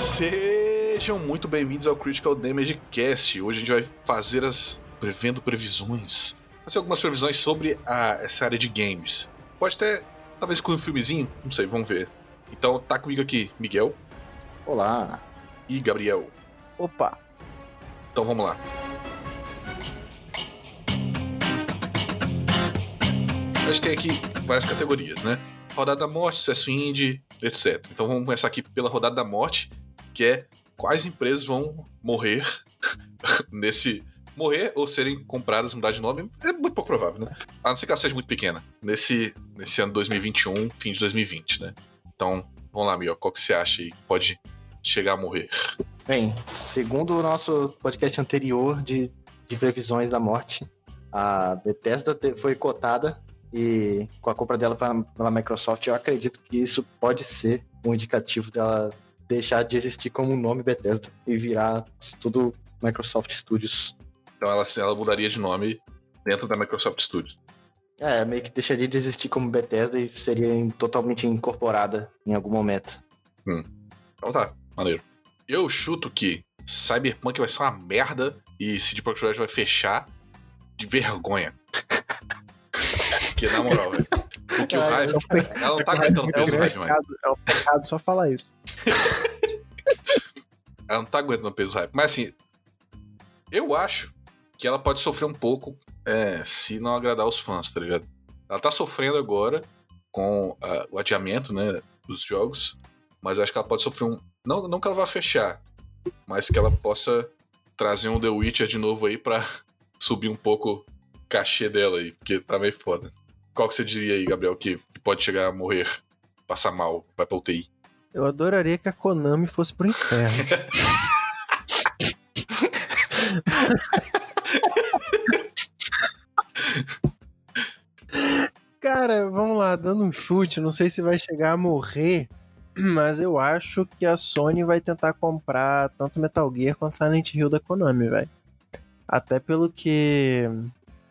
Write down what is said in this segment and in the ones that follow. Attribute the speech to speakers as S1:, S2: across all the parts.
S1: Sejam muito bem-vindos ao Critical Damage Cast. Hoje a gente vai fazer as prevendo previsões, fazer algumas previsões sobre a- essa área de games. Pode até talvez incluir um filmezinho, não sei, vamos ver. Então tá comigo aqui Miguel
S2: Olá.
S1: e Gabriel.
S3: Opa,
S1: Então vamos lá. A gente tem aqui várias categorias, né? Rodada da Morte, sucesso indie, etc. Então vamos começar aqui pela Rodada da Morte, que é quais empresas vão morrer nesse. Morrer ou serem compradas, mudar de nome, é muito pouco provável, né? A não ser que ela seja muito pequena. Nesse, nesse ano 2021, fim de 2020, né? Então, vamos lá, Miguel, qual que você acha aí? que Pode chegar a morrer.
S2: Bem, segundo o nosso podcast anterior de, de previsões da morte, a Bethesda te- foi cotada e com a compra dela pra- pela Microsoft, eu acredito que isso pode ser um indicativo dela deixar de existir como um nome Bethesda e virar tudo Microsoft Studios.
S1: Então ela, ela mudaria de nome dentro da Microsoft Studios.
S2: É, meio que deixaria de existir como Bethesda e seria em- totalmente incorporada em algum momento.
S1: Então tá, maneiro. Eu chuto que Cyberpunk vai ser uma merda e CD Projekt Red vai fechar de vergonha. Porque na moral, velho. Porque o
S2: Ah,
S1: hype,
S3: é um pecado,
S1: ela não tá aguentando o
S3: é um
S1: peso do hype mais.
S3: pecado, é um pecado só falar isso.
S1: Ela não tá aguentando o peso do hype. Mas assim, eu acho que ela pode sofrer um pouco é, se não agradar os fãs, tá ligado? Ela tá sofrendo agora com ah, o adiamento, né, dos jogos, mas eu acho que ela pode sofrer um... Não, não que ela vá fechar, mas que ela possa trazer um The Witcher de novo aí pra subir um pouco o cachê dela aí, porque tá meio foda. Qual que você diria aí, Gabriel, que que pode chegar a morrer, passar mal, vai pra UTI?
S3: Eu adoraria que a Konami fosse pro inferno. Cara, vamos lá, dando um chute, não sei se vai chegar a morrer, mas eu acho que a Sony vai tentar comprar tanto Metal Gear quanto Silent Hill da Konami, velho. Até pelo que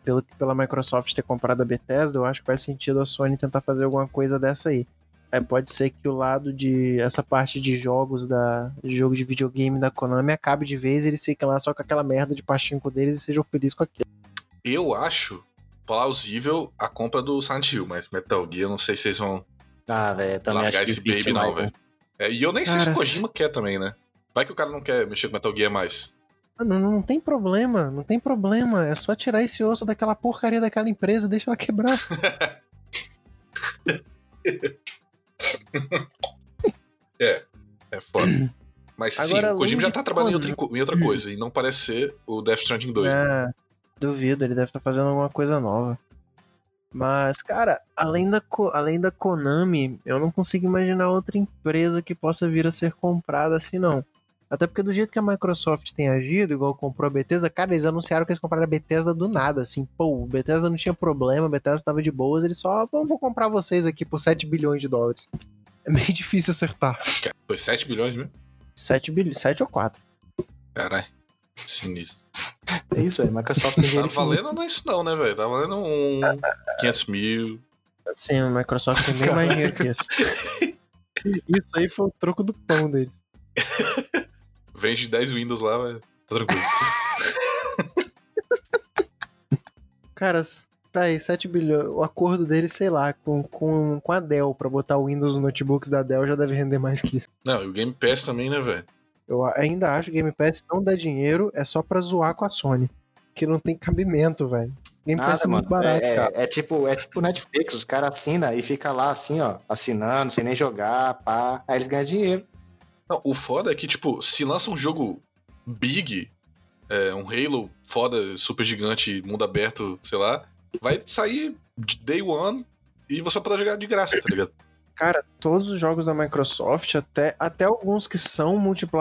S3: pelo que pela Microsoft ter comprado a Bethesda, eu acho que faz sentido a Sony tentar fazer alguma coisa dessa aí. É, pode ser que o lado de essa parte de jogos da de jogo de videogame da Konami acabe de vez e eles fiquem lá só com aquela merda de pachinko deles e sejam felizes com aquilo.
S1: Eu acho plausível a compra do Silent Hill, mas Metal Gear, eu não sei se vocês vão
S2: Ah, velho, também
S1: largar
S2: acho
S1: esse
S2: que existe
S1: baby, não,
S2: mais, né?
S1: velho. É, e eu nem sei se
S3: Cara,
S1: o Kojima quer também, né? Vai que o cara não quer mexer com Metal Gear mais.
S3: Mano, Ah, não tem problema, não tem problema. É só tirar esse osso daquela porcaria daquela empresa, deixa ela quebrar.
S1: É foda. Mas sim,
S3: Agora, um
S1: o Kojima
S3: longe
S1: já
S3: de
S1: tá trabalhando em outra,
S3: Konami.
S1: co- em outra coisa, e não parece ser o Death Stranding 2. né?
S3: Ah, duvido, ele deve estar fazendo alguma coisa nova. Mas, cara, além da, Ko- além da Konami, eu não consigo imaginar outra empresa que possa vir a ser comprada assim, não. Até porque do jeito que a Microsoft tem agido, igual comprou a Bethesda, cara, eles anunciaram que eles compraram a Bethesda do nada, assim, pô, Bethesda não tinha problema, Bethesda tava de boas, eles só, "Bom, vou comprar vocês aqui por 7 bilhões de dólares. É meio difícil acertar.
S1: Cara, Foi 7 bilhões mesmo?
S3: 7 bilhões, 7 ou 4.
S1: Caralho. Sinistro.
S2: É isso, velho. Microsoft tem
S1: Tá
S2: dinheiro infinito.
S1: valendo não é isso não, né, velho? Tá valendo um 500 mil.
S3: Sim, a Microsoft tem bem mais dinheiro que isso. Isso aí foi o troco do pão deles.
S1: Vende 10 Windows lá, velho. Tá tranquilo.
S3: Cara, s- tá aí, 7 bilhões. O acordo deles, sei lá, com, com, com a Dell, pra botar o Windows nos notebooks da Dell já deve render mais que isso.
S1: Não, e o Game Pass também, né, velho?
S3: Eu a- ainda acho que Game Pass não dá dinheiro, é só pra zoar com a Sony. Que não tem cabimento, velho. Game Pass
S2: Nada,
S3: é
S2: mano.
S3: muito barato,
S2: é,
S3: cara.
S2: é tipo, é tipo Netflix, os caras assinam e fica lá assim, ó, assinando, sem nem jogar, pá. Aí eles ganham dinheiro.
S1: Não, o foda é que, tipo, se lança um jogo big, é, um Halo foda, super gigante, mundo aberto, sei lá, vai sair de day one e você vai poder jogar de graça, tá ligado?
S3: Cara, todos os jogos da Microsoft, até, até alguns que são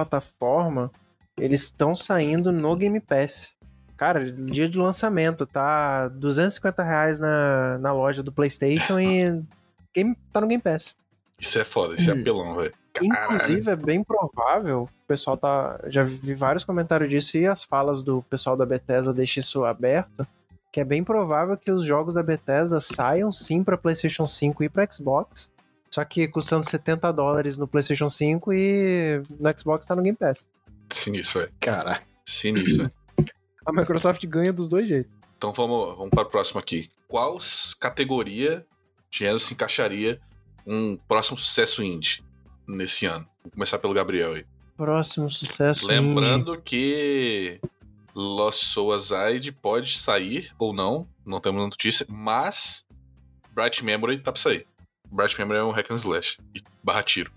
S3: multiplataforma, eles estão saindo no Game Pass. Cara, dia de lançamento, tá R$ 250 reais na, na loja do PlayStation e game, tá no Game Pass.
S1: Isso é foda, isso é apelão, velho. Caralho.
S3: Inclusive, é bem provável, o pessoal tá. Já vi vários comentários disso e as falas do pessoal da Bethesda deixam isso aberto. Que é bem provável que os jogos da Bethesda saiam sim pra PlayStation 5 e pra Xbox. Só que custando 70 dólares no PlayStation 5 e no Xbox tá no Game Pass.
S1: Sinistro, velho.
S2: Caraca.
S1: Sinistro, velho.
S3: A Microsoft ganha dos dois jeitos.
S1: Então vamos, vamos para o próximo aqui. Qual s- categoria de gênero se encaixaria um próximo sucesso indie nesse ano? Vou começar pelo Gabriel aí.
S3: Próximo sucesso. indie.
S1: Lembrando que Lost Souls Aide pode sair ou não, não temos notícia, mas Bright Memory tá pra sair. Bright Memory é um hack and slash e barra tiro.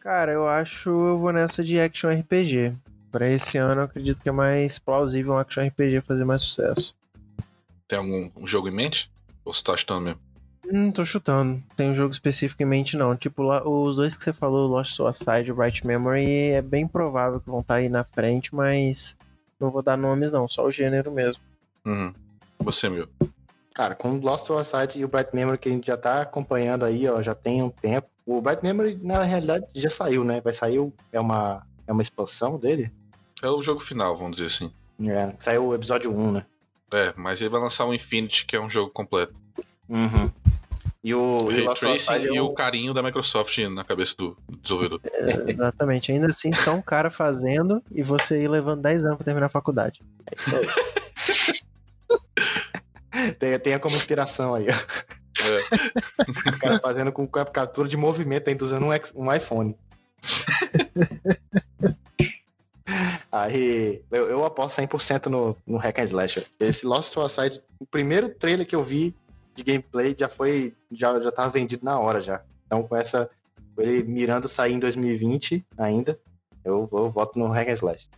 S3: Cara, eu acho eu vou nessa de action RPG. Pra esse ano, eu acredito que é mais plausível um action RPG fazer mais sucesso.
S1: Tem algum um jogo em mente? Ou você tá achando mesmo?
S3: Não tô chutando. Tem um jogo específico em mente, não. Tipo, lá- os dois que você falou, Lost Suicide e Bright Memory, é bem provável que vão estar aí na frente, mas não vou dar nomes, não. Só o gênero mesmo.
S1: Uhum. Você, meu.
S2: Cara, com o Lost Suicide e o Bright Memory que a gente já tá acompanhando aí, ó, já tem um tempo. O Bright Memory, na realidade, já saiu, né? Vai sair, o- é uma, é uma expansão dele?
S1: É o jogo final, vamos dizer assim.
S2: É, saiu o episódio 1, né?
S1: É, mas ele vai lançar o Infinity, que é um jogo completo.
S2: Uhum. E o,
S1: O
S2: e o
S1: Ray
S2: Lost
S1: Tracing
S2: Suicide é
S1: e
S2: um-
S1: o carinho da Microsoft na cabeça do desenvolvedor.
S3: É, exatamente. Ainda assim, só um cara fazendo e você ir levando 10 anos pra terminar a faculdade.
S2: É isso aí. Tenha, tenha como inspiração aí. ó.
S1: É,
S2: O cara fazendo com cap- captura de movimento ainda usando um, ex- um iPhone. Aí eu, eu aposto 100% no, no Hack and Slash. ó. Esse Lost Suicide, o primeiro trailer que eu vi de gameplay já foi. Já, já tava vendido na hora já. Então com essa. Ele mirando sair em 2020 ainda, eu, vou- eu voto no Hack and Slash.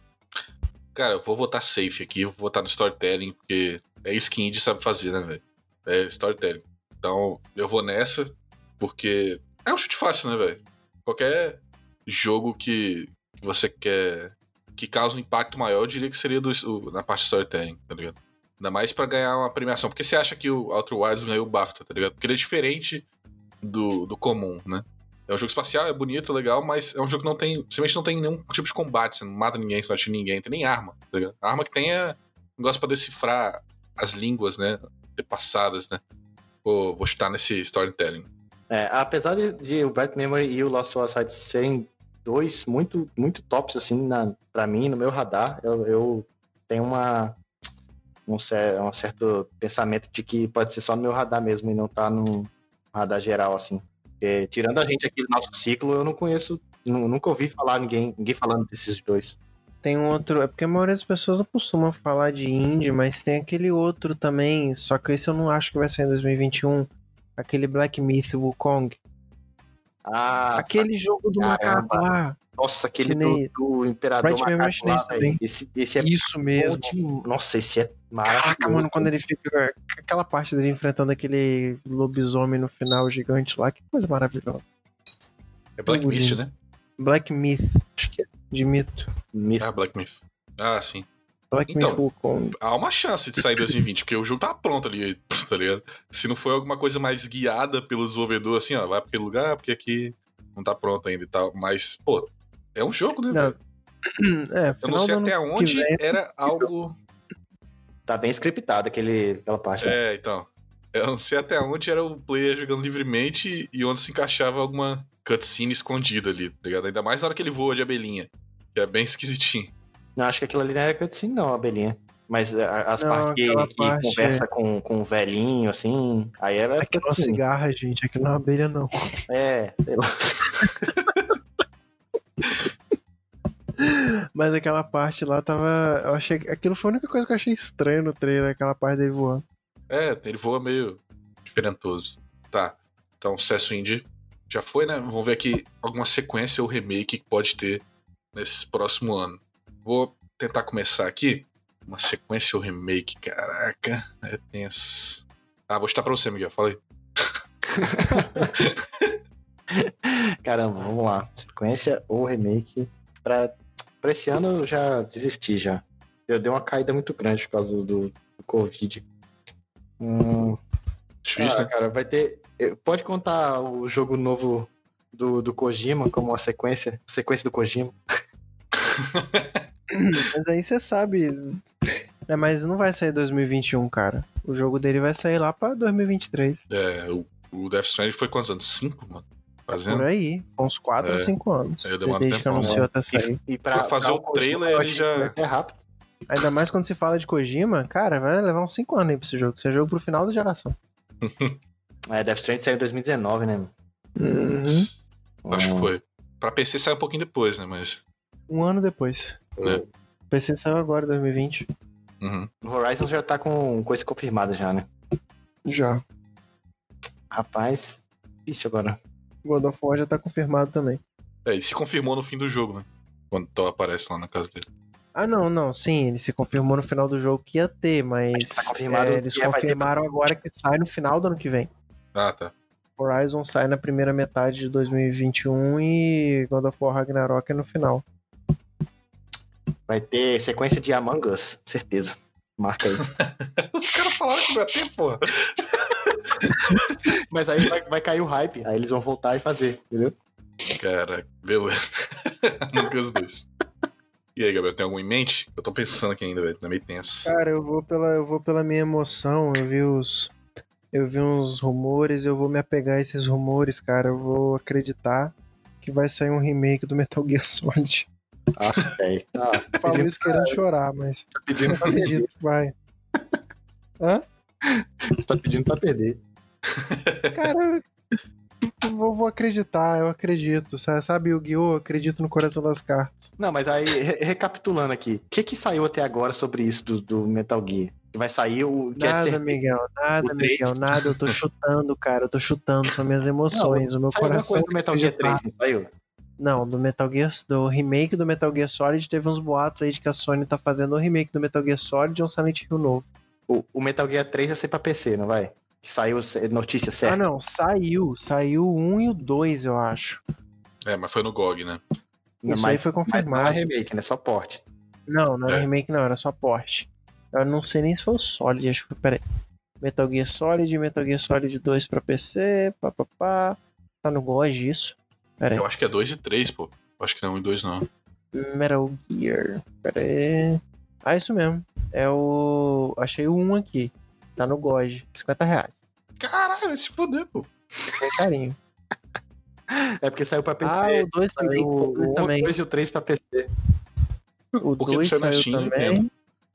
S1: cara, eu vou votar safe aqui, eu vou votar no storytelling, porque é isso que indie sabe fazer, né, velho? É storytelling. Então, eu vou nessa, porque é um chute fácil, né, velho? Qualquer jogo que você quer que cause um impacto maior, eu diria que seria do, o- na parte de storytelling, tá ligado? Ainda mais pra ganhar uma premiação. Porque você acha que o Outer Wilds ganhou o BAFTA, tá ligado? Porque ele é diferente do, do comum, né? É um jogo espacial, é bonito, legal, mas é um jogo que não tem. Simplesmente não tem nenhum tipo de combate. Você não mata ninguém, você não atira ninguém, não tem nem arma, tá ligado? A arma que tem é um negócio pra decifrar as línguas, né? Passadas, né? Pô, vou chutar nesse storytelling.
S2: É, apesar de, de o Bright Memory e o Lost Suicide serem dois muito, muito tops, assim, na, pra mim, no meu radar, eu, eu tenho uma, um, cer- um certo pensamento de que pode ser só no meu radar mesmo e não tá no radar geral, assim. Porque, tirando a gente aqui do nosso ciclo, eu não conheço, nu- nunca ouvi falar ninguém, ninguém falando desses dois.
S3: Tem um outro. É porque a maioria das pessoas não costuma falar de indie, mas tem aquele outro também. Só que esse eu não acho que vai sair em 2021. Aquele Black Myth Wukong.
S2: Ah,
S3: aquele jogo do
S2: caramba.
S3: macaco lá.
S2: nossa, aquele do,
S3: chinês.
S2: do Imperador
S3: Bright Memory
S2: Macaco
S3: chinês
S2: lá, velho.
S3: também.
S2: Esse, esse é
S3: Isso
S2: bom
S3: mesmo.
S2: de- Nossa, esse é maravilhoso.
S3: Caraca,
S1: Uhum.
S3: mano, quando ele fica. Aquela parte dele enfrentando aquele lobisomem no final gigante lá, que coisa maravilhosa.
S1: É Black
S3: Tudo
S1: Mist,
S3: lindo.
S1: né?
S3: Black Myth,
S2: Acho que é
S3: de mito.
S2: Me
S1: Ah, Black Myth. Ah, sim.
S3: Black
S1: Então.
S3: Myth Wukong.
S1: Há uma chance de sair em 2020, porque o jogo tá pronto ali, tá ligado? Se não foi alguma coisa mais guiada pelo desenvolvedor, assim, ó, vai pra aquele lugar, porque aqui não tá pronto ainda e tal. Mas, pô, é um jogo, né?
S3: Não,
S1: velho?
S3: É,
S1: Eu não
S3: final do
S1: sei
S3: ano
S1: até onde
S3: vem.
S1: era algo.
S2: Tá bem scriptado aquele, aquela parte. né?
S1: É, então. Eu não sei até onde era o player jogando livremente e onde se encaixava alguma cutscene escondida ali, tá ligado? Ainda mais na hora que ele voa de abelhinha, que é bem esquisitinho.
S2: Não, acho que aquilo ali não era cutscene, não, abelhinha. Mas eh, a- as
S3: Não,
S2: partes que,
S3: aquela
S2: que
S3: parte- é.
S2: conversa com, com o velhinho, assim, aí era
S3: Aquela
S2: cutscene.
S3: cigarra, gente, aquilo não é uma abelha, não.
S2: É, sei lá.
S3: Mas aquela parte lá tava. Eu achei. Aquilo foi a única coisa que eu achei estranho no trailer, aquela parte dele voando.
S1: É, ele voa meio diferentoso. Tá. Então, sucesso indie já foi, né? Vamos ver aqui alguma sequência ou remake que pode ter nesse próximo ano. Vou tentar começar aqui. Uma sequência ou remake, caraca, é tenso. Ah, vou estar pra você, Miguel, fala aí.
S2: Caramba, vamos lá. Sequência ou remake. Pra, pra esse ano eu já desisti já. Eu dei uma caída muito grande por causa do, do Covid. Hum,
S1: Difícil,
S2: ah,
S1: né?
S2: cara, vai ter. eh, Pode contar o jogo novo do, do Kojima como uma sequência? Sequência do Kojima.
S3: Mas aí você sabe. né, mas não vai sair 2021, cara. O jogo dele vai sair lá pra 2023.
S1: É, o, o Death Stranding foi quantos anos? Cinco, mano? fazendo.
S3: Por aí, com uns 4
S1: É.
S3: ou 5 anos.
S1: Eu demora um
S3: Desde que
S1: tempão,
S3: anunciou até sair.
S2: E pra, um
S1: Pra fazer o
S2: alcoolismo,
S1: trailer, ele
S2: ótimo,
S1: já-
S2: É rápido.
S3: Ainda mais quando se fala de Kojima, cara, vai levar uns 5 anos aí pra esse jogo. Esse é jogo pro final da geração.
S2: É, Death Stranding saiu em 2019, né?
S3: Uhum.
S1: Acho
S2: Hum.
S1: que foi. Pra PC sai um pouquinho depois, né? Mas.
S3: Um ano depois.
S1: né?
S3: O PC saiu agora, 2020.
S1: Uhum.
S2: O Horizon já tá com coisa confirmada já, né?
S3: Já.
S2: Rapaz, difícil agora.
S3: God of War já tá confirmado também.
S1: É, e se confirmou no fim do jogo, né? Quando Thor aparece lá na casa dele.
S3: Ah, não, não. Sim, ele se confirmou no final do jogo que ia ter, mas
S2: Tá confirmado
S3: é, eles
S2: que vai ter-
S3: confirmaram agora que sai no final do ano que vem.
S1: Ah, tá.
S3: Horizon sai na primeira metade de 2021 e God of War Ragnarok é no final.
S2: Vai ter sequência de Among Us, certeza. Marca aí.
S1: Os caras falaram que não ia ter, porra.
S2: Mas aí vai, vai cair o hype, aí eles vão voltar e fazer, entendeu?
S1: Cara, beleza. Lucas dois. E aí, Gabriel, tem algum em mente? Eu tô pensando aqui ainda, velho. Tá meio tenso.
S3: Cara, eu vou pela, eu vou pela minha emoção, eu vi os. Eu vi uns rumores, eu vou me apegar a esses rumores, cara. Eu vou acreditar que vai sair um remake do Metal Gear Solid.
S2: Ah, é. Ah,
S3: Falo
S2: pedimos-
S3: isso querendo chorar, mas
S2: tá pedindo,
S3: eu acredito que vai.
S2: você tá pedindo pra perder.
S3: Cara, eu vou, vou acreditar, eu acredito. sa- Sabe, Yu-Gi-Oh! Eu acredito no coração das cartas.
S2: Não, mas aí, re- recapitulando aqui, o que que saiu até agora sobre isso do, do Metal Gear? Vai sair o... que é
S3: Nada,
S2: certeza.
S3: Miguel, nada,
S2: O três.
S3: Miguel, nada. Eu tô chutando, cara, eu tô chutando. São minhas emoções, o meu
S2: Saiu alguma
S3: coração.
S2: coisa do Metal Gear 3, não saiu?
S3: Não, do Metal Gear, do remake do Metal Gear Solid, teve uns boatos aí de que a Sony tá fazendo o remake do Metal Gear Solid e um Silent Hill novo.
S2: O, o Metal Gear 3 eu sei pra PC, não vai? Que Saiu c- notícia certa.
S3: Ah, não, saiu, saiu o 1 e o 2, eu acho.
S1: É, mas foi no GOG, né?
S3: Isso aí foi
S2: mas não é
S3: confirmado.
S2: remake, né? Só porte.
S3: Não, não era
S1: É.
S3: remake, não, era só porte. Eu não sei nem se foi o Solid, acho que. Peraí. Metal Gear Solid, Metal Gear Solid 2 pra PC, papapá. Tá no GOG isso. Peraí.
S1: Eu acho que é 2 e 3, pô. Eu acho que não é 1 e 2, não.
S3: Metal Gear. Pera aí. Ah, isso mesmo. É o. Achei o 1 aqui. Tá no GOG. 50 reais.
S1: Caralho, vai se fuder, pô.
S3: Tem carinho.
S2: É porque saiu pra PC.
S3: Ah, o 2 também.
S2: saiu
S3: O
S2: o
S3: 2
S2: 1,
S3: também.
S2: 2 e o 3 pra PC.
S3: O
S1: Porque
S3: 2
S1: saiu na
S3: saiu
S1: Steam, eu
S3: também.
S1: entendo.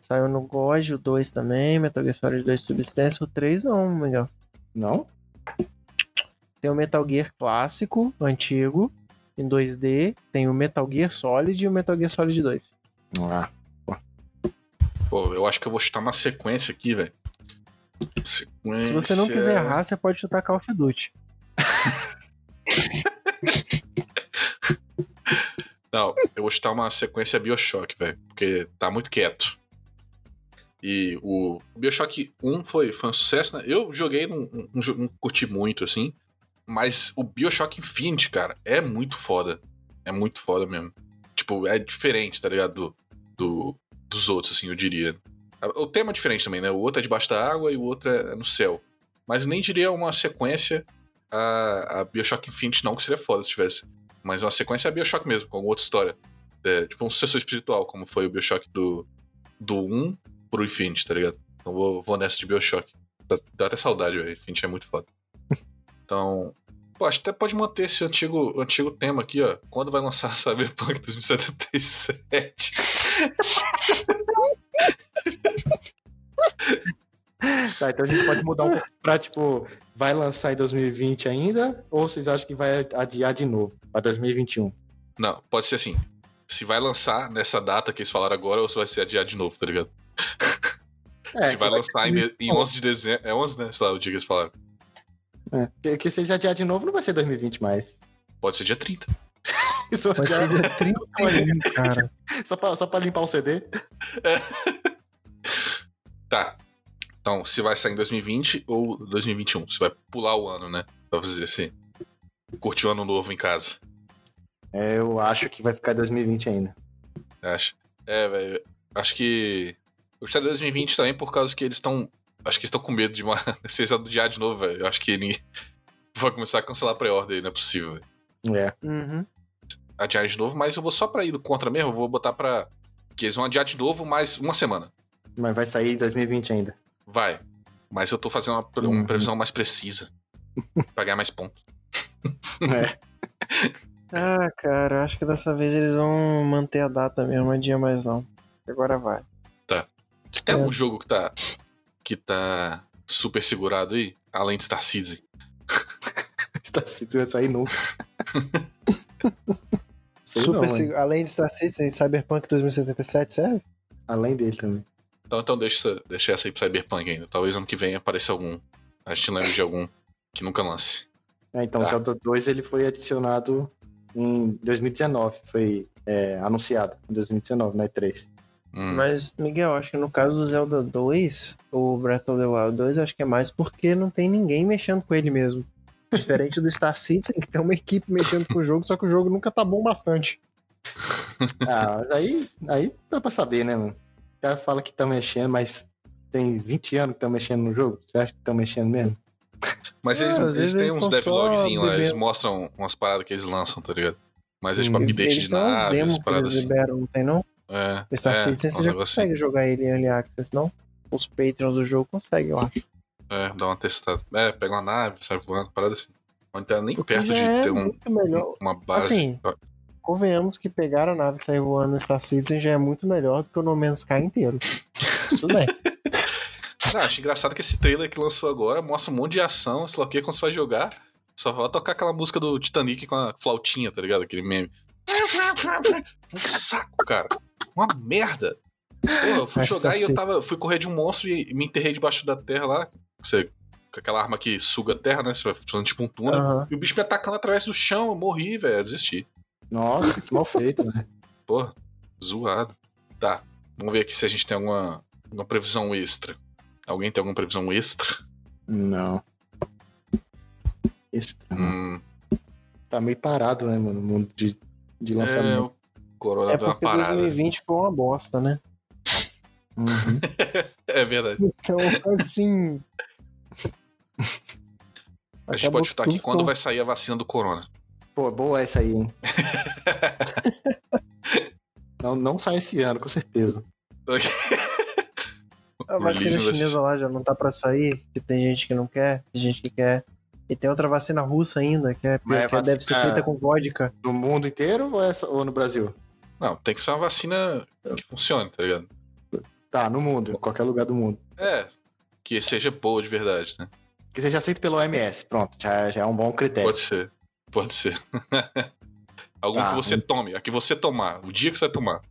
S3: Saiu no GOG, o 2 também. Metal Gear Solid 2 Substance. O 3 não, melhor.
S2: Não?
S3: Tem o Metal Gear clássico, antigo, em 2D. Tem o Metal Gear Solid e o Metal Gear Solid 2.
S2: Ah,
S1: Pô, eu acho que eu vou chutar uma sequência aqui, velho. Sequência.
S3: Se você não quiser errar, você pode chutar Call of Duty.
S1: Não, eu vou chutar uma sequência Bioshock, velho. Porque tá muito quieto. E o Bioshock 1 foi, foi um sucesso, né? Eu joguei, não, não, jo- não curti muito, assim. Mas o Bioshock Infinite, cara, é muito foda. É muito foda mesmo. Tipo, é diferente, tá ligado? Do, do- dos outros, assim, eu diria. O tema é diferente também, né? O outro é debaixo da água e o outro é no céu. Mas nem diria uma sequência a, a Bioshock Infinite, não, que seria foda se tivesse. Mas uma sequência é Bioshock mesmo, com outra história. É, tipo um sucessor espiritual, como foi o Bioshock do, do 1 pro Infinity, tá ligado? Então vou, vou nessa de Bioshock. Dá, dá até saudade, velho. Infinity é muito foda. Então. Pô, acho que até pode manter esse antigo, antigo tema aqui, ó. Quando vai lançar Cyberpunk 2077?
S2: Tá, então a gente pode mudar um pouco pra, tipo, vai lançar em 2020 ainda? Ou vocês acham que vai adiar de novo? Pra 2021?
S1: Não, pode ser assim. Se vai lançar nessa data que eles falaram agora, ou se vai ser adiado de novo, tá ligado?
S2: É,
S1: se vai
S2: que-
S1: lançar em, de- em 11 de dezembro. É 11, né? Sei lá, o dia que eles falaram.
S2: é, que, que seja adiar de novo, não vai ser 2020 mais.
S1: Pode ser dia 30.
S2: Isso
S3: Mas
S2: adiar-
S3: seria 31, cara.
S2: só, pra, só pra limpar o CD?
S1: Tá. Então, se vai sair em 2020 ou 2021? Você vai pular o ano, né? Pra fazer assim. Curtir o ano novo em casa,
S2: É, eu acho que vai ficar 2020 ainda.
S1: acho. É, velho. Acho que. Eu gostaria de 2020 também por causa que eles estão. Acho que eles estão com medo de uma ser adiado de novo, velho. Eu Acho que ele vai começar a cancelar a pré-ordem, não é possível, velho.
S2: É.
S3: Uhum.
S1: Adiar de novo, mas eu vou só pra ir do contra mesmo, eu vou botar pra. Que eles vão adiar de novo mais uma semana.
S2: Mas vai sair em 2020 ainda.
S1: Vai. Mas eu tô fazendo uma, uma
S2: Uhum.
S1: previsão mais precisa. pra ganhar mais ponto.
S2: É.
S3: Ah, cara, acho que dessa vez eles vão manter a data mesmo, um dia mais não. Agora vai. É,
S1: Tem algum jogo que tá, que tá super segurado aí? Além de Star Citizen.
S2: Está se Tá vai sair nunca. Sei
S3: Super
S2: não, hein?
S3: seg- Além de Star Citizen, Cyberpunk 2077 serve?
S2: Além dele também.
S1: Então, então deixa, deixa essa aí pro Cyberpunk ainda. Talvez ano que vem apareça algum. A gente lembra de algum que nunca lance.
S2: É, então, o
S1: Tá.
S2: Zelda 2 ele foi adicionado em 2019. Foi é, anunciado em 2019, na E3.
S1: Hum,
S3: Mas, Miguel, acho que no caso do Zelda 2, o Breath of the Wild 2, acho que é mais porque não tem ninguém mexendo com ele mesmo. Diferente do Star Citizen, que tem uma equipe mexendo com o jogo, só que o jogo nunca tá bom bastante.
S2: Ah, mas aí, aí dá pra saber, né, mano? O cara fala que tá mexendo, mas tem 20 anos que tá mexendo no jogo. Você acha que estão mexendo mesmo?
S1: Mas
S3: É,
S1: eles,
S3: às
S1: eles
S3: vezes
S1: têm
S3: eles
S1: uns
S3: tão
S1: devlogzinhos lá,
S3: só
S1: eles
S3: bebendo.
S1: mostram umas paradas que eles lançam, tá ligado? Mas é tipo
S2: Hum.
S1: update de
S3: têm umas
S1: nave,
S3: demos
S1: essas
S3: que eles
S1: paradas assim.
S3: liberam, não tem não?
S1: É,
S3: O Star
S1: é,
S3: Citizen
S1: uns
S3: você já
S1: negócios assim.
S3: consegue jogar ele em Early Access, não? Os Patrons do jogo conseguem, eu acho.
S1: É, dá uma testada. É, pega uma nave, sai voando, parada assim. Ou então nem
S3: Porque
S1: perto
S3: já
S1: de
S3: é
S1: ter um,
S3: muito melhor.
S1: uma base.
S3: Assim, Convenhamos que pegar a nave e sair voando no Star Citizen já é muito melhor do que o No Man's Sky inteiro. Tudo bem.
S1: Ah, acho engraçado que esse trailer que lançou agora mostra um monte de ação, sei lá o que, quando você vai jogar, só vai tocar aquela música do Titanic com a flautinha, tá ligado? Aquele meme. Um saco, cara. Uma merda. Pô, eu fui
S3: Mas
S1: jogar
S3: tá
S1: e eu
S3: certo.
S1: tava. Fui correr de um monstro e me enterrei debaixo da terra lá. Você, com aquela arma que suga a terra, né? Você vai fazendo tipo um túnel.
S3: Aham.
S1: E o bicho me atacando através do chão, eu morri, velho. eu Desisti.
S2: Nossa, que mal feito, né?
S1: Porra, zoado. Tá, vamos ver aqui se a gente tem alguma, alguma previsão extra. Alguém tem alguma previsão extra?
S2: Não. Esse tá,
S1: Hum,
S2: tá meio parado, né, mano? O mundo de, de
S1: é,
S2: lançamento.
S1: o Corona
S3: É
S1: deu uma
S3: porque
S1: parada. né?
S3: 2020 foi uma bosta, né?
S2: Uhum.
S1: É verdade.
S3: Então, assim.
S1: A gente pode chutar aqui quando
S3: vai.
S1: vai sair a vacina do Corona.
S2: Pô, boa essa aí, hein? não, não sai esse ano, com certeza.
S3: A vacina
S1: Release vai ser-
S3: chinesa lá já não tá pra sair, que tem gente que não quer, tem gente que quer. E tem outra vacina russa ainda, que, é,
S2: Mas
S3: que
S2: vaci-
S3: deve ser
S2: ah.
S3: feita com vodka.
S2: No mundo inteiro ou, é só- ou no Brasil?
S1: Não, tem que ser uma vacina que funcione, tá ligado?
S2: Tá, no mundo, em qualquer lugar do mundo.
S1: É, que seja boa de verdade, né?
S2: Que seja aceito pelo OMS, pronto, já, já é um bom critério.
S1: Pode ser, pode ser. Algum
S2: Tá,
S1: que você tome, a que você tomar, o dia que você tomar.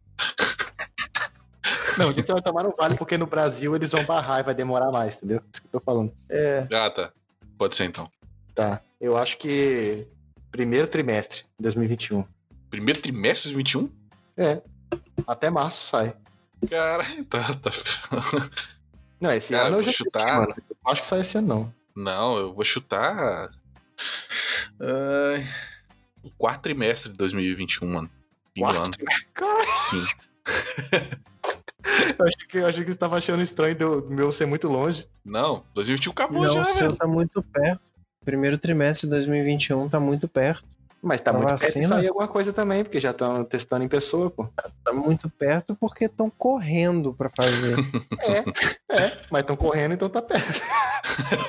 S2: Não, isso vai tomar no vale, porque no Brasil eles vão barrar e vai demorar mais, entendeu? Isso que eu tô falando.
S3: É.
S1: Ah, tá. Pode ser então.
S2: Tá, eu acho que primeiro trimestre de 2021.
S1: Primeiro trimestre de 21?
S2: É, até março sai.
S1: Cara, tá, tá.
S2: Não, esse
S1: Cara,
S2: ano
S1: eu
S2: eu
S1: vou
S2: já
S1: chutar.
S2: mano. Eu acho que sai esse ano, não.
S1: Não, eu vou chutar. Ai, o quarto trimestre de 2021, mano. Fim do
S2: Quarto
S1: ano,
S2: trimestre? Cara,
S1: sim.
S2: eu achei que, eu achei que você tava achando estranho do meu ser muito longe.
S1: Não, 2021 acabou
S3: Não,
S1: já,
S3: o seu
S1: velho.
S3: tá muito perto. Primeiro trimestre de 2021 tá muito perto.
S2: Mas tá
S3: Uma
S2: muito perto de
S3: vacina?
S2: sair alguma coisa também, porque já estão testando em pessoa, pô.
S3: Tá muito perto porque estão correndo pra fazer.
S2: É, é, mas estão correndo, então tá perto.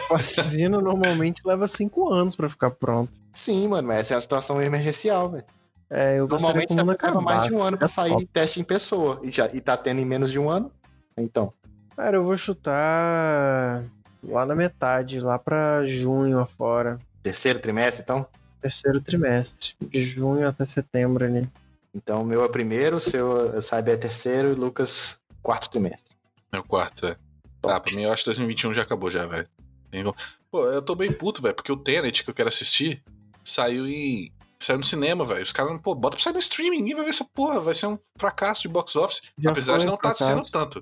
S3: vacina normalmente leva cinco anos pra ficar pronto.
S2: Sim, mano, mas essa é uma situação emergencial, velho.
S3: É, eu gostaria
S2: Normalmente
S3: que o mundo
S2: leva mais
S3: acabasse. É
S2: de um ano pra sair
S3: top.
S2: teste em pessoa. E, já, e tá tendo em menos de um ano. Então,
S3: Cara, eu vou chutar lá na metade, lá pra junho afora.
S2: terceiro trimestre, então?
S3: Terceiro trimestre, de junho até setembro ali.
S2: Então, o meu é primeiro, o seu, Cyber é terceiro e o Lucas, quarto trimestre.
S1: Meu quarto, é. Tá, pra mim eu acho que 2021 já acabou já, velho. Tem como- Pô, eu tô bem puto, velho, porque o Tenet que eu quero assistir saiu em. Saiu no cinema, velho. Os caras, pô, bota pra sair no streaming, ninguém vai ver essa porra, vai ser um fracasso de box office.
S3: Já
S1: apesar de
S3: foi
S1: não
S3: um
S1: tá
S3: fracasso.
S1: sendo tanto.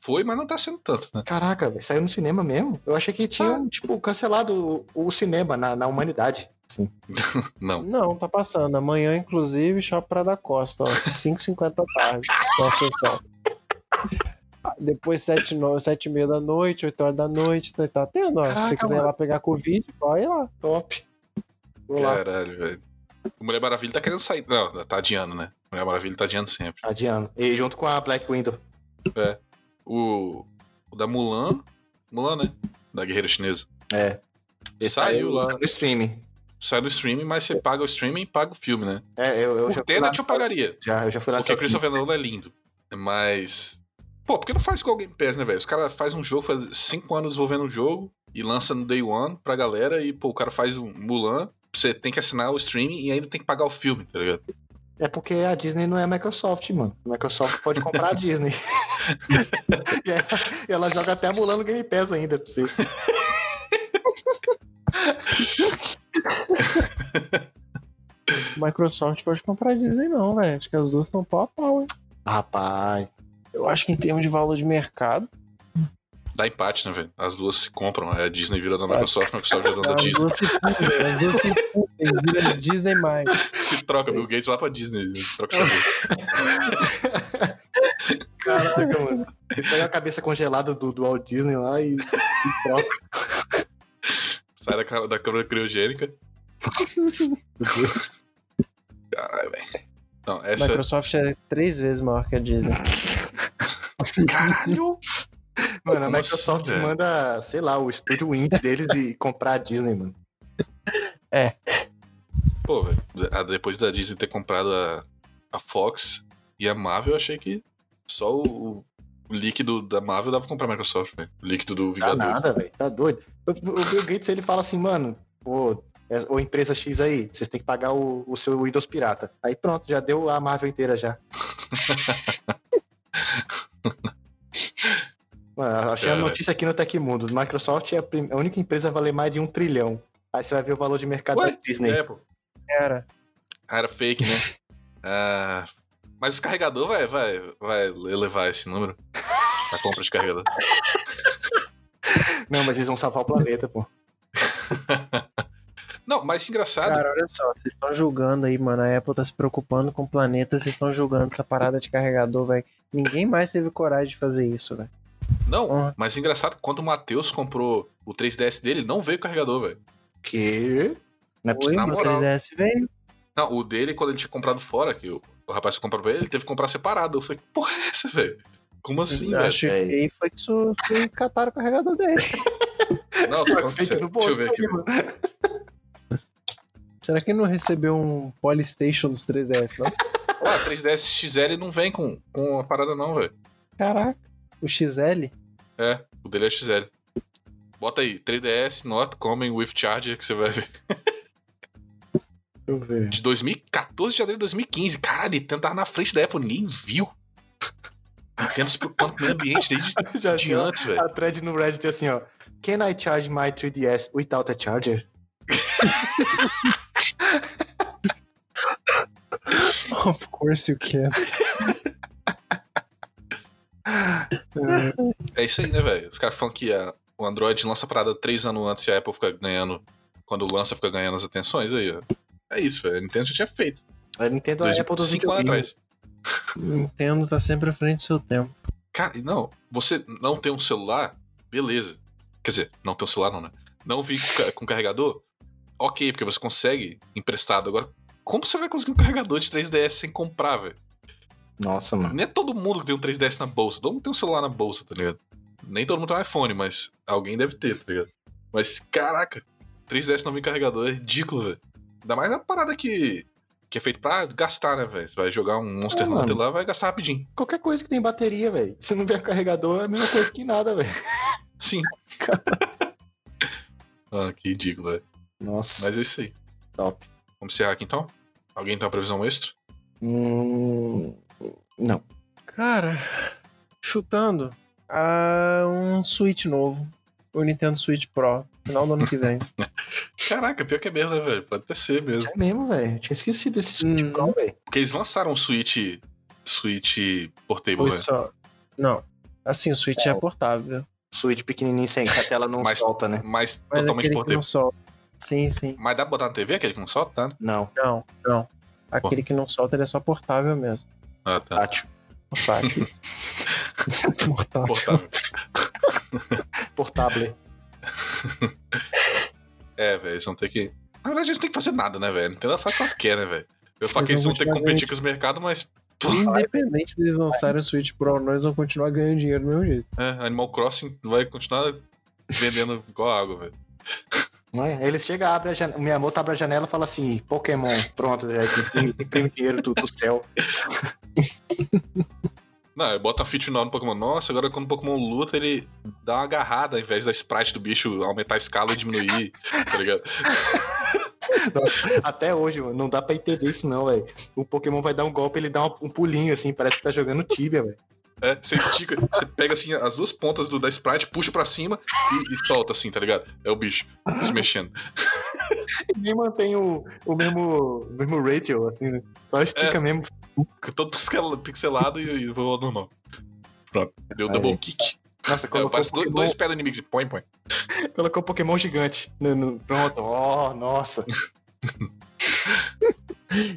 S1: Foi, mas não tá sendo tanto,
S3: Ah.
S1: né?
S2: Caraca, velho, saiu no cinema mesmo? Eu achei que tinha, tipo, cancelado o, o cinema na, na humanidade. Sim.
S1: Não.
S3: Não, tá passando. Amanhã, inclusive, Shopping Praia da Costa, ó. 5h50 da tarde. Só a sessão. Depois 7 e meia da noite, 8 horas da noite, tá, tá tendo, ó. Se
S2: Caraca,
S3: você quiser ir lá pegar Covid, vai lá.
S2: Top. Vou lá,
S1: Caralho, velho. Mulher Maravilha tá querendo sair. Não, tá adiando, né? Mulher Maravilha tá adiando sempre.
S2: adiando. E junto com a Black Window.
S1: O, o da Mulan. Mulan, né? Da Guerreira Chinesa.
S2: É.
S1: Saiu lá.
S2: No streaming.
S1: Sai no streaming, mas você paga o streaming e paga o filme, né?
S2: É, eu, eu
S1: O
S2: já fui lá-
S1: Tenet eu pagaria.
S2: Já, eu já fui lá
S1: Porque o
S2: só que-
S1: Christopher Nolan é lindo. Mas. Pô, porque não faz igual o Game Pass, né, velho? Os caras fazem um jogo, faz cinco anos desenvolvendo um jogo e lança no Day One pra galera e, pô, o cara faz um Mulan, você tem que assinar o streaming e ainda tem que pagar o filme, tá ligado?
S2: É porque a Disney não é a Microsoft, mano. A Microsoft pode comprar a Disney. e ela, e ela joga até a Mulan no Game Pass ainda pra você.
S3: Microsoft pode comprar a Disney, não, velho. Acho que as duas estão pau a pau, hein?
S2: Rapaz,
S3: Eu acho que em termos de valor de mercado,
S1: Dá empate, né, velho? As duas se compram. é A Disney virou da Microsoft, a Microsoft virou da
S3: as
S1: Disney.
S3: duas se fundem, as duas se fundem, vira Disney mais.
S1: Se troca Bill Gates lá pra Disney. Troca o jogo.
S2: caraca, mano. Ele pega a cabeça congelada do, do Walt Disney lá e, e troca.
S1: Sai da, ca- da câmara criogênica.
S2: Meu Deus.
S1: Caralho, velho. Não, essa.
S3: Microsoft é três vezes maior que a Disney.
S1: Caralho!
S2: Mano, a
S1: Como
S2: Microsoft
S1: assim, velho?
S2: manda, sei lá, o estúdio indie deles e comprar a Disney, mano.
S1: Pô, velho, a- depois da Disney ter comprado a, a Fox e a Marvel, eu achei que só o, o líquido da Marvel dava pra comprar a Microsoft, velho. O líquido do
S2: Tá
S1: Vingador.
S2: nada, velho. Tá doido. O, o Bill Gates, ele fala assim, mano, ô, é- ô empresa X aí, vocês têm que pagar o, o seu Windows pirata. Aí pronto, já deu a Marvel inteira já. mano, achei a
S1: Cara.
S2: notícia aqui no Tecmundo. Microsoft é a, prim- a única empresa a valer mais de um trilhão. Aí você vai ver o valor de mercado
S1: Ué?
S2: da Disney.
S3: né?
S1: É, pô.
S3: Cara,
S1: Ah, Era fake, né? Ah, mas o carregador vai, vai, vai elevar esse número. A compra de carregador.
S2: Não, mas eles vão salvar o planeta, pô.
S1: Não, mas engraçado.
S3: cara, olha só, vocês estão julgando aí, mano. A Apple tá se preocupando com o planeta, vocês estão julgando essa parada de carregador, velho. Ninguém mais teve coragem de fazer isso, velho.
S1: não,
S3: Ah.
S1: mas engraçado, quando o Matheus comprou o 3DS dele, não veio carregador, velho.
S2: Que? Não é
S3: Oi,
S2: possível.
S1: na
S3: meu
S1: moral.
S3: 3DS veio.
S1: Não, o dele, quando ele tinha comprado fora, que o, o rapaz que comprou pra ele, ele teve que comprar separado. Eu falei, que porra é essa, velho? Como assim, velho?
S3: acho
S2: velho.
S3: que aí foi que, su- que cataram o carregador dele.
S1: Não, eu tô falando
S2: Tá Feito
S1: sério.
S2: no
S1: Deixa eu ver aqui.
S2: botão, mano.
S3: Será que ele não recebeu um Polystation dos 3DS, não?
S1: Ah, 3DS XL não vem com, com a parada, não, velho.
S3: Caraca, o XL?
S1: É, o dele é XL. Bota aí, 3DS Not Coming with Charger, que você vai ver.
S2: Deixa eu ver.
S1: De 2014 de janeiro de 2015. Caralho, ele tentar na frente da Apple, ninguém viu. Tendo se preocupando com o meio ambiente desde
S2: Já
S1: de
S2: deu
S1: antes, velho.
S2: A thread no Reddit é assim, ó. Can I charge my 3DS without a charger?
S3: Of course you can.
S1: É isso aí, né, velho? Os caras falam que a- o Android lança a parada três anos antes e a Apple fica ganhando. Quando lança, fica ganhando as atenções aí, ó. É isso, velho. A Nintendo já tinha feito.
S2: A Nintendo é a Apple dos
S1: Cinco anos
S2: videogames.
S1: atrás.
S3: Nintendo tá sempre à frente do seu tempo.
S1: Cara, e não, você não tem um celular, beleza. Quer dizer, não tem um celular não, né? Não vi com, ca- com carregador, ok, porque você consegue emprestado. Agora, como você vai conseguir um carregador de 3DS sem comprar, velho?
S2: Nossa, mano.
S1: Não é todo mundo que tem um 3DS na bolsa, todo mundo tem um celular na bolsa, tá ligado? Nem todo mundo tem um iPhone, mas alguém deve ter, tá ligado? Mas, caraca, 3DS não vem carregador é ridículo, velho. Ainda mais a parada que, que é feito pra gastar, né, velho? Você vai jogar um Monster
S2: É,
S1: Hunter
S2: mano.
S1: lá, vai gastar rapidinho.
S2: Qualquer coisa que tem bateria, velho. Se não vier carregador, é a mesma coisa que nada, velho.
S1: Sim. ah, que ridículo, velho.
S2: Nossa,
S1: Mas é isso aí.
S2: top.
S1: Vamos encerrar aqui então? Alguém tem uma previsão extra?
S2: Hum, não.
S3: Cara, chutando a um Switch novo. O Nintendo Switch Pro, final do ano que vem.
S1: Caraca, pior que é mesmo, né, velho? Pode até ser mesmo.
S2: É mesmo, velho. Eu Tinha esquecido desse Switch
S3: Hum.
S2: Pro, velho.
S1: Porque eles lançaram um Switch. Switch Portable,
S3: Foi
S1: velho.
S3: só. Não. Assim, o Switch é, portável.
S2: Switch pequenininho sem que a tela não
S1: Mas-
S2: solta, né?
S1: Mas
S3: Mas é
S1: totalmente
S3: aquele que
S1: portable.
S3: não solta. Sim, sim.
S1: Mas dá pra botar na TV aquele que não solta, tá? né?
S2: Não,
S3: Não, não. Aquele que não solta, ele é só portável mesmo.
S1: Ah, tá.
S2: tátil.
S3: Portátil. portável.
S1: Portável.
S2: Portável.
S1: É, velho, eles vão ter que. Na verdade, eles não têm que fazer nada, né, velho? Nintendo faz o que quer, né, velho? Eu falo que eles
S3: Eles
S1: vão
S3: vão
S1: ter que
S3: continuar
S1: competir com os mercados, mas.
S3: Independente deles lançarem o Switch Pro ou não, eles vão continuar ganhando dinheiro do mesmo jeito.
S1: É, Animal Crossing vai continuar vendendo igual água, velho.
S2: Não é? Eles chegam, abrem a janela. O Miyamoto abre a janela e fala assim: Pokémon, pronto, já imprime, imprime dinheiro do, do céu.
S1: Não, bota uma fit no Pokémon. Nossa, agora quando o Pokémon luta, ele dá uma agarrada ao invés da sprite do bicho aumentar a escala e diminuir, tá ligado?
S2: Nossa, até hoje, mano, não dá pra entender isso, não, velho. O Pokémon vai dar um golpe, ele dá um, um pulinho, assim, parece que tá jogando Tibia, velho.
S1: É, você estica, você pega assim as duas pontas do, da sprite, puxa pra cima e, e solta assim, tá ligado? É o bicho se mexendo.
S2: E nem mantém o, o mesmo, o mesmo ratio, assim, né? Só estica
S1: É.
S2: mesmo.
S1: Todo pixel- pixelado e, e vou ao normal. Pronto, deu
S2: Aí.
S1: double kick.
S2: Nossa,
S1: É,
S2: colocou,
S1: parece
S2: o
S1: dois,
S2: Pokémon,
S1: dois pés inimigos. Põe, põe.
S2: colocou o Pokémon gigante. no- no- pronto, ó, nossa.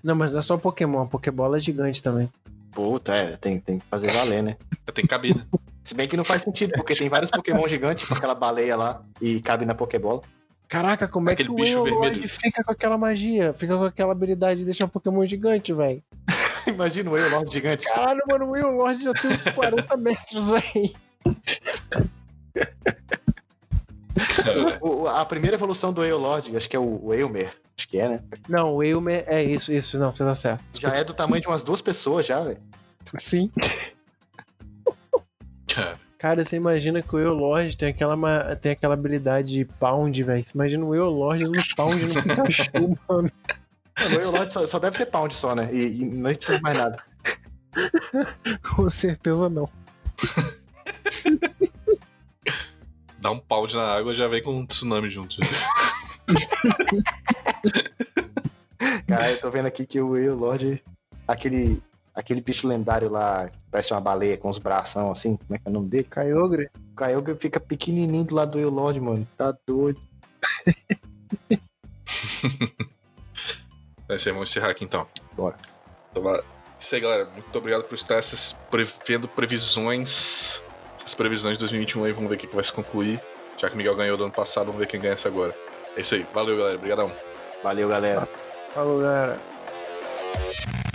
S3: Não, mas não é só Pokémon, a Pokébola é gigante também.
S2: Puta, é, tem, tem que fazer valer, né?
S1: É, Tem que caber, né?
S2: Se bem que não faz sentido, porque tem vários Pokémon gigantes, tipo aquela baleia lá, e cabe na Pokébola.
S3: Caraca, como
S1: Aquele
S3: é que
S1: bicho
S3: o Eoloid
S1: vermelho.
S3: fica com aquela magia? Fica com aquela habilidade de deixar um Pokémon gigante, velho.
S2: Imagina o Eolord gigante.
S3: Caralho, mano, o Will Lord já tem uns 40 metros, velho.
S2: O- o- a primeira evolução do Eolord, acho que é o, o Eomer, acho que é, né?
S3: Não, o Aylmer é isso, isso, não, você tá certo.
S2: Já é do tamanho de umas duas pessoas, já, velho.
S3: Sim.
S1: Cara,
S3: Cara, você imagina que o Will Lord tem aquela, ma- tem aquela habilidade pound, velho. Você imagina o Will Lord no pound no Pikachu, mano.
S2: O Eolord só, só deve ter pound só, né? E, e não precisa de mais nada.
S3: Com certeza não.
S1: dá um pau na água já vem com um tsunami junto.
S2: Cara, eu tô vendo aqui que o Eolord, aquele, aquele bicho lendário lá, que parece uma baleia com os bração assim, como é que é o nome dele?
S3: Kyogre?
S2: O Kyogre fica pequenininho do lado do Eolord, mano. Tá doido.
S1: É isso aí, vamos encerrar aqui então.
S2: Bora.
S1: Então, vai. Isso aí, galera. Muito obrigado por estar essas prevendo previsões. Essas previsões de 2021 aí, vamos ver o que que vai se concluir. Já que o Miguel ganhou do ano passado, vamos ver quem ganha essa agora. É isso aí. Valeu, galera. Obrigadão.
S2: Valeu, galera.
S3: Falou, galera.